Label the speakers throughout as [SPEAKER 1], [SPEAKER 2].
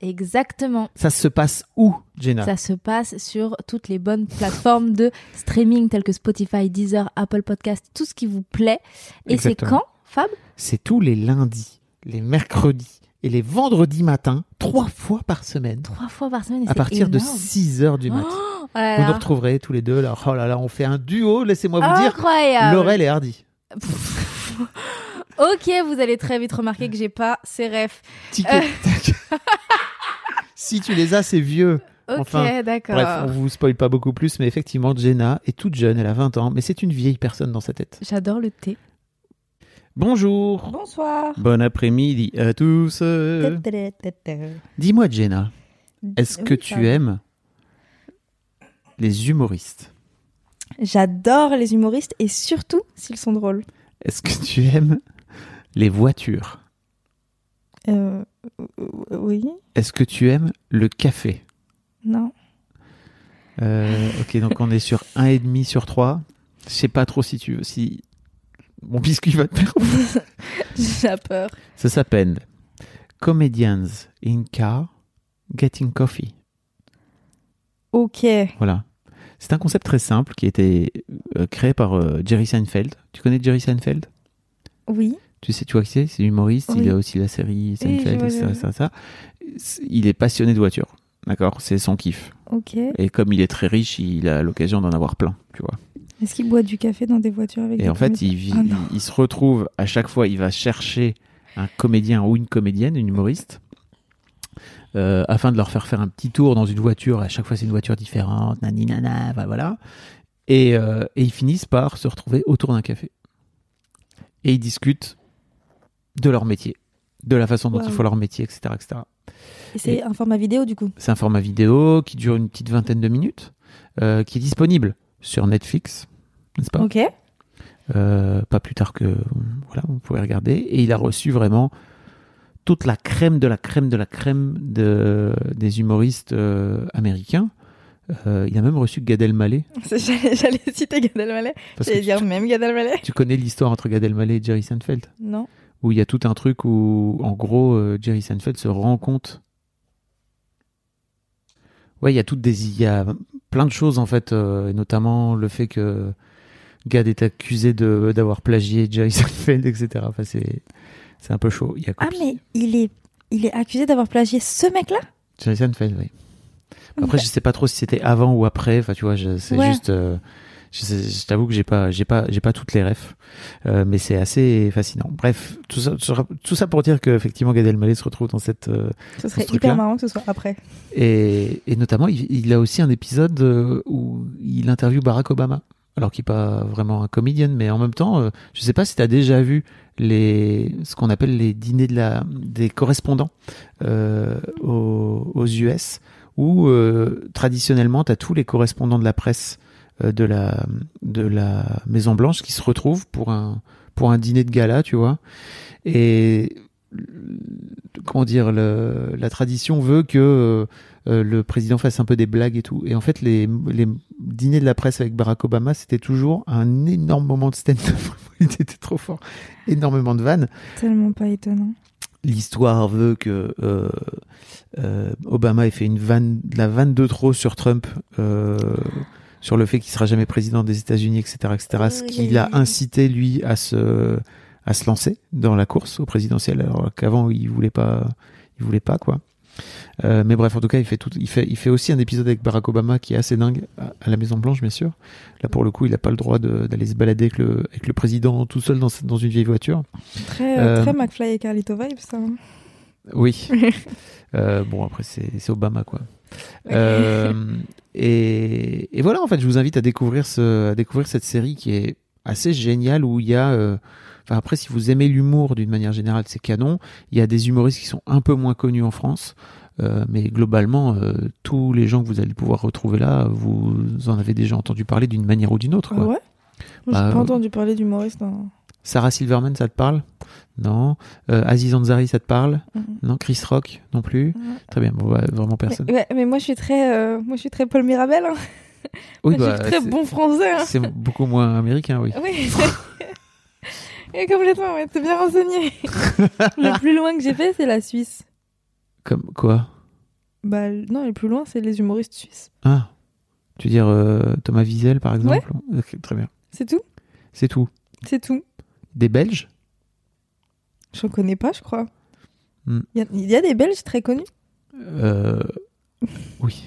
[SPEAKER 1] Exactement.
[SPEAKER 2] Ça se passe où, Jenna
[SPEAKER 1] Ça se passe sur toutes les bonnes plateformes de streaming telles que Spotify, Deezer, Apple Podcast, tout ce qui vous plaît. Et c'est
[SPEAKER 2] Exactement.
[SPEAKER 1] quand, Fab
[SPEAKER 2] C'est tous les lundis, les mercredis et les vendredis matins, trois fois par semaine.
[SPEAKER 1] Trois fois par semaine. et
[SPEAKER 2] À
[SPEAKER 1] c'est
[SPEAKER 2] partir de
[SPEAKER 1] énorme.
[SPEAKER 2] 6 heures du matin.
[SPEAKER 1] Oh là
[SPEAKER 2] vous
[SPEAKER 1] là. Oh,
[SPEAKER 2] nous retrouverez tous les deux. Là. Oh là là, on fait un duo, laissez-moi vous dire.
[SPEAKER 1] Incroyable.
[SPEAKER 2] Laurel et Hardy.
[SPEAKER 1] Pff. ok, vous allez très vite remarquer que j'ai pas ces refs.
[SPEAKER 2] Ticket. si tu les as, c'est vieux.
[SPEAKER 1] Ok,
[SPEAKER 2] Enfin,
[SPEAKER 1] d'accord.
[SPEAKER 2] Bref, on vous spoil pas beaucoup plus, mais effectivement, Jenna est toute jeune, elle a 20 ans, mais c'est une vieille personne dans sa tête.
[SPEAKER 1] J'adore le thé.
[SPEAKER 2] Bonjour.
[SPEAKER 3] Bonsoir.
[SPEAKER 2] Bon après-midi à tous. Euh, Dis-moi, Jenna, est-ce que
[SPEAKER 4] Oui,
[SPEAKER 2] tu
[SPEAKER 4] pardon.
[SPEAKER 2] aimes les humoristes
[SPEAKER 4] J'adore les humoristes et surtout s'ils sont drôles.
[SPEAKER 2] Est-ce que tu aimes les voitures
[SPEAKER 4] Euh, oui
[SPEAKER 2] Est-ce que tu aimes le café
[SPEAKER 4] Non.
[SPEAKER 2] Euh, Ok, donc on est sur 1,5 sur 3. Je sais pas trop si tu veux. Si... Mon biscuit va te plaire ou pas.
[SPEAKER 4] J'ai peur.
[SPEAKER 2] Ça s'appelle Comedians in Car Getting Coffee.
[SPEAKER 4] Ok.
[SPEAKER 2] Voilà. C'est un concept très simple qui a été euh, créé par euh, Jerry Seinfeld. Tu connais Jerry Seinfeld
[SPEAKER 4] Oui.
[SPEAKER 2] Tu sais, tu vois qui c'est C'est l'humoriste,
[SPEAKER 4] Oui.
[SPEAKER 2] il a aussi la série
[SPEAKER 4] Oui, je
[SPEAKER 2] Seinfeld,
[SPEAKER 4] vois, je
[SPEAKER 2] etc.,
[SPEAKER 4] vois.
[SPEAKER 2] etc., etc. Il est passionné de voitures. D'accord C'est son kiff.
[SPEAKER 4] Ok.
[SPEAKER 2] Et comme il est très riche, il a l'occasion d'en avoir plein, tu vois.
[SPEAKER 4] Est-ce qu'il boit du café dans des voitures avec
[SPEAKER 2] Et
[SPEAKER 4] des
[SPEAKER 2] en fait,
[SPEAKER 4] comédiens
[SPEAKER 2] il, vit-
[SPEAKER 4] Ah non.
[SPEAKER 2] il se retrouve à chaque fois, il va chercher un comédien ou une comédienne, une humoriste, euh, afin de leur faire faire un petit tour dans une voiture. À chaque fois, c'est une voiture différente, nani nana, bah, voilà. Et, euh, et ils finissent par se retrouver autour d'un café. Et ils discutent de leur métier, de la façon dont
[SPEAKER 4] Waouh.
[SPEAKER 2] ils font leur métier, etc. etc.
[SPEAKER 4] Et c'est un format vidéo du coup.
[SPEAKER 2] C'est un format vidéo qui dure une petite vingtaine de minutes, euh, qui est disponible sur Netflix, n'est-ce pas
[SPEAKER 4] Ok.
[SPEAKER 2] euh, pas plus tard que voilà, vous pouvez regarder. Et il a reçu vraiment toute la crème de la crème de la crème de, des humoristes euh, américains. Euh, il a même reçu Gad Elmaleh.
[SPEAKER 4] J'allais j'allais citer Gad Elmaleh.
[SPEAKER 2] Parce que
[SPEAKER 4] J'allais
[SPEAKER 2] tu,
[SPEAKER 4] dire même Gad Elmaleh.
[SPEAKER 2] tu connais l'histoire entre Gad Elmaleh et Jerry Seinfeld,
[SPEAKER 4] Non.
[SPEAKER 2] où il y a tout un truc où, en gros, euh, Jerry Seinfeld se rend compte. Ouais, il y a toutes des, il y a plein de choses en fait, euh, et notamment le fait que Gad est accusé de d'avoir plagié Jerry Seinfeld, etc. Enfin, c'est c'est un peu chaud. Il y a
[SPEAKER 4] Ah
[SPEAKER 2] copié.
[SPEAKER 4] mais il est il est accusé d'avoir plagié ce mec-là.
[SPEAKER 2] Jerry Seinfeld, oui. Après, je sais pas trop si c'était avant ou après. Enfin, tu vois, je- c'est
[SPEAKER 4] Ouais.
[SPEAKER 2] juste. euh, je, sais- je t'avoue que j'ai pas, j'ai pas, j'ai pas toutes les refs, Euh, mais c'est assez fascinant. Bref, tout ça, tout ça pour dire que effectivement, Gad Elmaleh se retrouve dans cette euh,
[SPEAKER 4] Ce serait
[SPEAKER 2] truc-là.
[SPEAKER 4] hyper marrant que ce soit après.
[SPEAKER 2] et, et notamment, il, il a aussi un épisode euh, où il interviewe Barack Obama. Alors qu'il n'est pas vraiment un comédien, mais en même temps, euh, je ne sais pas si tu as déjà vu les, ce qu'on appelle les dîners de la, des correspondants euh, aux, aux US, où euh, traditionnellement, tu as tous les correspondants de la presse euh, de la, de la Maison-Blanche qui se retrouvent pour un, pour un dîner de gala, tu vois. Et comment dire, le- la tradition veut que euh, euh, le président fasse un peu des blagues et tout. Et en fait, les, les dîners de la presse avec Barack Obama, c'était toujours un énorme moment de stand-up. Il était trop fort. Énormément de vannes.
[SPEAKER 4] Tellement pas étonnant.
[SPEAKER 2] L'histoire veut que euh, euh, Obama ait fait une vanne, de la vanne de trop sur Trump, euh, sur le fait qu'il sera jamais président des États-Unis, etc., etc. Ce
[SPEAKER 4] Oui,
[SPEAKER 2] qui
[SPEAKER 4] oui,
[SPEAKER 2] l'a
[SPEAKER 4] oui.
[SPEAKER 2] incité lui à se à se lancer dans la course au présidentiel, alors qu'avant il voulait pas, il voulait pas quoi. Euh, mais bref, en tout cas, il fait, tout, il, fait, il fait aussi un épisode avec Barack Obama qui est assez dingue à, à la Maison Blanche, bien sûr. Là, pour le coup, il n'a pas le droit de- d'aller se balader avec le, avec le président tout seul dans, sa- dans une vieille voiture.
[SPEAKER 4] Très, euh,
[SPEAKER 2] Euh,
[SPEAKER 4] très McFly et Carlito vibes, ça. hein.
[SPEAKER 2] Oui. Euh, bon, après, c'est c'est Obama, quoi. Euh, et, et voilà, en fait, je vous invite à découvrir, ce, à découvrir cette série qui est assez géniale où il y a. euh, Enfin, après, si vous aimez l'humour d'une manière générale, c'est canon. Il y a des humoristes qui sont un peu moins connus en France. euh, mais globalement, euh, tous les gens que vous allez pouvoir retrouver là, vous en avez déjà entendu parler d'une manière ou d'une autre.
[SPEAKER 4] Ah
[SPEAKER 2] quoi.
[SPEAKER 4] ouais
[SPEAKER 2] Bah,
[SPEAKER 4] Moi, J'ai pas
[SPEAKER 2] euh,
[SPEAKER 4] entendu parler d'humoriste. dans-
[SPEAKER 2] Sarah Silverman, ça te parle Non. Euh, Aziz Ansari, ça te parle
[SPEAKER 4] Mhm.
[SPEAKER 2] Non. Chris Rock, non plus.
[SPEAKER 4] Ouais.
[SPEAKER 2] Très bien, bon, bah, vraiment personne.
[SPEAKER 4] Mais, ouais, mais moi, je suis très, euh, moi, je suis très Paul Mirabel. hein.
[SPEAKER 2] Oui,
[SPEAKER 4] Moi, je
[SPEAKER 2] bah,
[SPEAKER 4] suis très
[SPEAKER 2] c'est-
[SPEAKER 4] bon français. hein.
[SPEAKER 2] C'est beaucoup moins américain, oui.
[SPEAKER 4] Oui. Et complètement, ouais, t'es bien renseigné. le plus loin que j'ai fait, c'est la Suisse.
[SPEAKER 2] Comme quoi
[SPEAKER 4] Bah le- non, le plus loin, c'est les humoristes suisses.
[SPEAKER 2] Ah, tu veux dire euh, Thomas Wiesel, par exemple Ok, Très bien.
[SPEAKER 4] C'est tout
[SPEAKER 2] C'est tout.
[SPEAKER 4] C'est tout.
[SPEAKER 2] Des Belges
[SPEAKER 4] J'en connais pas, je crois. Il
[SPEAKER 2] Hmm.
[SPEAKER 4] y, a- il y a des Belges très connus.
[SPEAKER 2] Euh, Oui.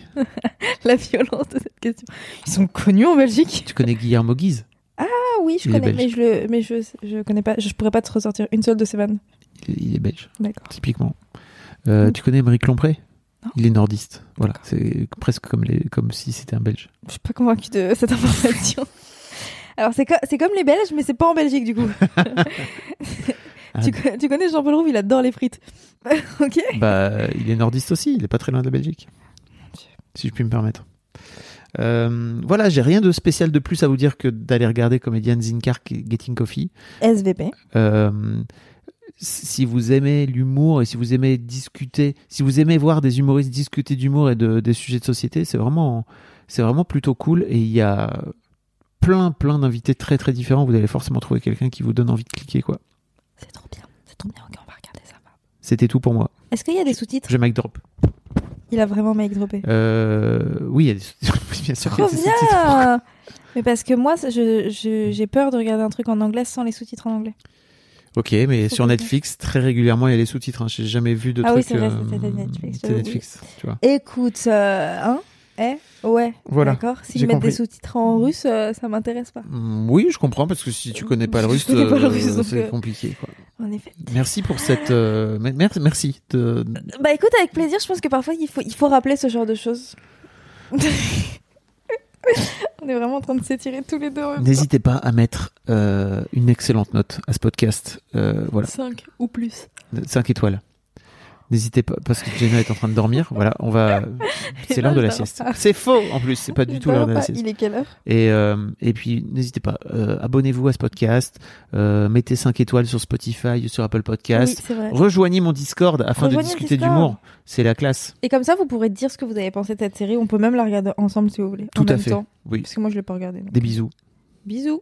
[SPEAKER 4] La violence de cette question. Ils sont connus en Belgique
[SPEAKER 2] Tu connais Guillermo Guise
[SPEAKER 4] Ah oui, je
[SPEAKER 2] Il est
[SPEAKER 4] connais,
[SPEAKER 2] belge.
[SPEAKER 4] mais je le, mais je, je connais pas. Je pourrais pas te ressortir une seule de ces vannes.
[SPEAKER 2] il, est- il est belge,
[SPEAKER 4] D'accord.
[SPEAKER 2] typiquement. Euh,
[SPEAKER 4] Mm.
[SPEAKER 2] Tu connais Émeric Lompré
[SPEAKER 4] Non.
[SPEAKER 2] Il est nordiste. Voilà, c'est presque comme, les, comme si c'était un belge.
[SPEAKER 4] Je suis pas convaincue de cette information. Alors c'est co- c'est comme les Belges, mais c'est pas en Belgique du coup. tu, co- tu connais Jean-Paul Rouve, il adore les frites. ok.
[SPEAKER 2] Bah, il est nordiste aussi, il est pas très loin de la Belgique. Si je puis me permettre. Euh, voilà, j'ai rien de spécial de plus à vous dire que d'aller regarder Comedian Zincar Getting Coffee.
[SPEAKER 4] SVP.
[SPEAKER 2] Euh, si vous aimez l'humour et si vous aimez discuter, si vous aimez voir des humoristes discuter d'humour et de, des sujets de société, c'est vraiment, c'est vraiment plutôt cool. Et il y a plein, plein d'invités très, très différents. Vous allez forcément trouver quelqu'un qui vous donne envie de cliquer, quoi.
[SPEAKER 1] C'est trop bien. C'est trop bien. Ok, on va regarder ça.
[SPEAKER 2] C'était tout pour moi.
[SPEAKER 1] Est-ce qu'il y a des sous-titres
[SPEAKER 2] Je mic drop.
[SPEAKER 4] Il a vraiment mic droppé.
[SPEAKER 2] Euh, oui, il y a des- bien sûr qu'il y a
[SPEAKER 4] Trop
[SPEAKER 2] des sous-titres.
[SPEAKER 4] bien Mais parce que moi, c'est- je- je- j'ai peur de regarder un truc en anglais sans les sous-titres en anglais.
[SPEAKER 2] Ok, mais
[SPEAKER 4] Trop
[SPEAKER 2] sur
[SPEAKER 4] bien.
[SPEAKER 2] Netflix, très régulièrement, il y a les sous-titres. hein. J'ai jamais vu de
[SPEAKER 4] Ah oui,
[SPEAKER 2] trucs. euh,
[SPEAKER 4] c'est vrai, c'était Netflix,
[SPEAKER 2] c'était
[SPEAKER 4] j'avais
[SPEAKER 2] Netflix, tu vois.
[SPEAKER 4] Écoute, euh, hein Eh Ouais.
[SPEAKER 2] Voilà,
[SPEAKER 4] D'accord. S'ils
[SPEAKER 2] j'ai
[SPEAKER 4] mettent
[SPEAKER 2] compris.
[SPEAKER 4] des sous-titres en russe, euh, ça m'intéresse pas.
[SPEAKER 2] Mm, Oui, je comprends parce que si tu connais pas le
[SPEAKER 4] Je
[SPEAKER 2] russe,
[SPEAKER 4] connais pas le
[SPEAKER 2] euh,
[SPEAKER 4] russe, donc,
[SPEAKER 2] c'est
[SPEAKER 4] euh,
[SPEAKER 2] compliqué. quoi.
[SPEAKER 4] En effet.
[SPEAKER 2] Merci pour cette. euh, mer- mer- merci. de-
[SPEAKER 4] Bah écoute, avec plaisir, je pense que parfois il faut, il faut rappeler ce genre de choses. On est vraiment en train de s'étirer tous les deux. en même temps.
[SPEAKER 2] N'hésitez pas à mettre euh, une excellente note à ce podcast. Euh, voilà,
[SPEAKER 4] Cinq ou plus.
[SPEAKER 2] 5 étoiles. N'hésitez pas parce que Jenna est en train de dormir. Voilà, on va. C'est
[SPEAKER 4] Et
[SPEAKER 2] l'heure
[SPEAKER 4] non,
[SPEAKER 2] de
[SPEAKER 4] je
[SPEAKER 2] la
[SPEAKER 4] dors
[SPEAKER 2] sieste.
[SPEAKER 4] pas.
[SPEAKER 2] C'est faux en plus. C'est pas du
[SPEAKER 4] Je
[SPEAKER 2] tout l'heure
[SPEAKER 4] dors
[SPEAKER 2] de la
[SPEAKER 4] pas.
[SPEAKER 2] sieste.
[SPEAKER 4] Il est quelle heure
[SPEAKER 2] Et, euh, et puis, n'hésitez pas, euh, abonnez-vous à ce podcast, euh, mettez 5 étoiles sur Spotify, sur Apple
[SPEAKER 4] Oui,
[SPEAKER 2] Podcast,
[SPEAKER 4] c'est vrai.
[SPEAKER 2] rejoignez mon Discord afin
[SPEAKER 4] Rejoignez
[SPEAKER 2] de
[SPEAKER 4] le
[SPEAKER 2] discuter
[SPEAKER 4] Discord.
[SPEAKER 2] d'humour. C'est la classe.
[SPEAKER 4] Et comme ça, vous pourrez dire ce que vous avez pensé de cette série. On peut même la regarder ensemble si vous voulez. en
[SPEAKER 2] Tout à
[SPEAKER 4] même
[SPEAKER 2] fait.
[SPEAKER 4] temps.
[SPEAKER 2] Oui.
[SPEAKER 4] Parce que moi, je l'ai pas regardé. donc.
[SPEAKER 2] Des bisous.
[SPEAKER 4] Bisous.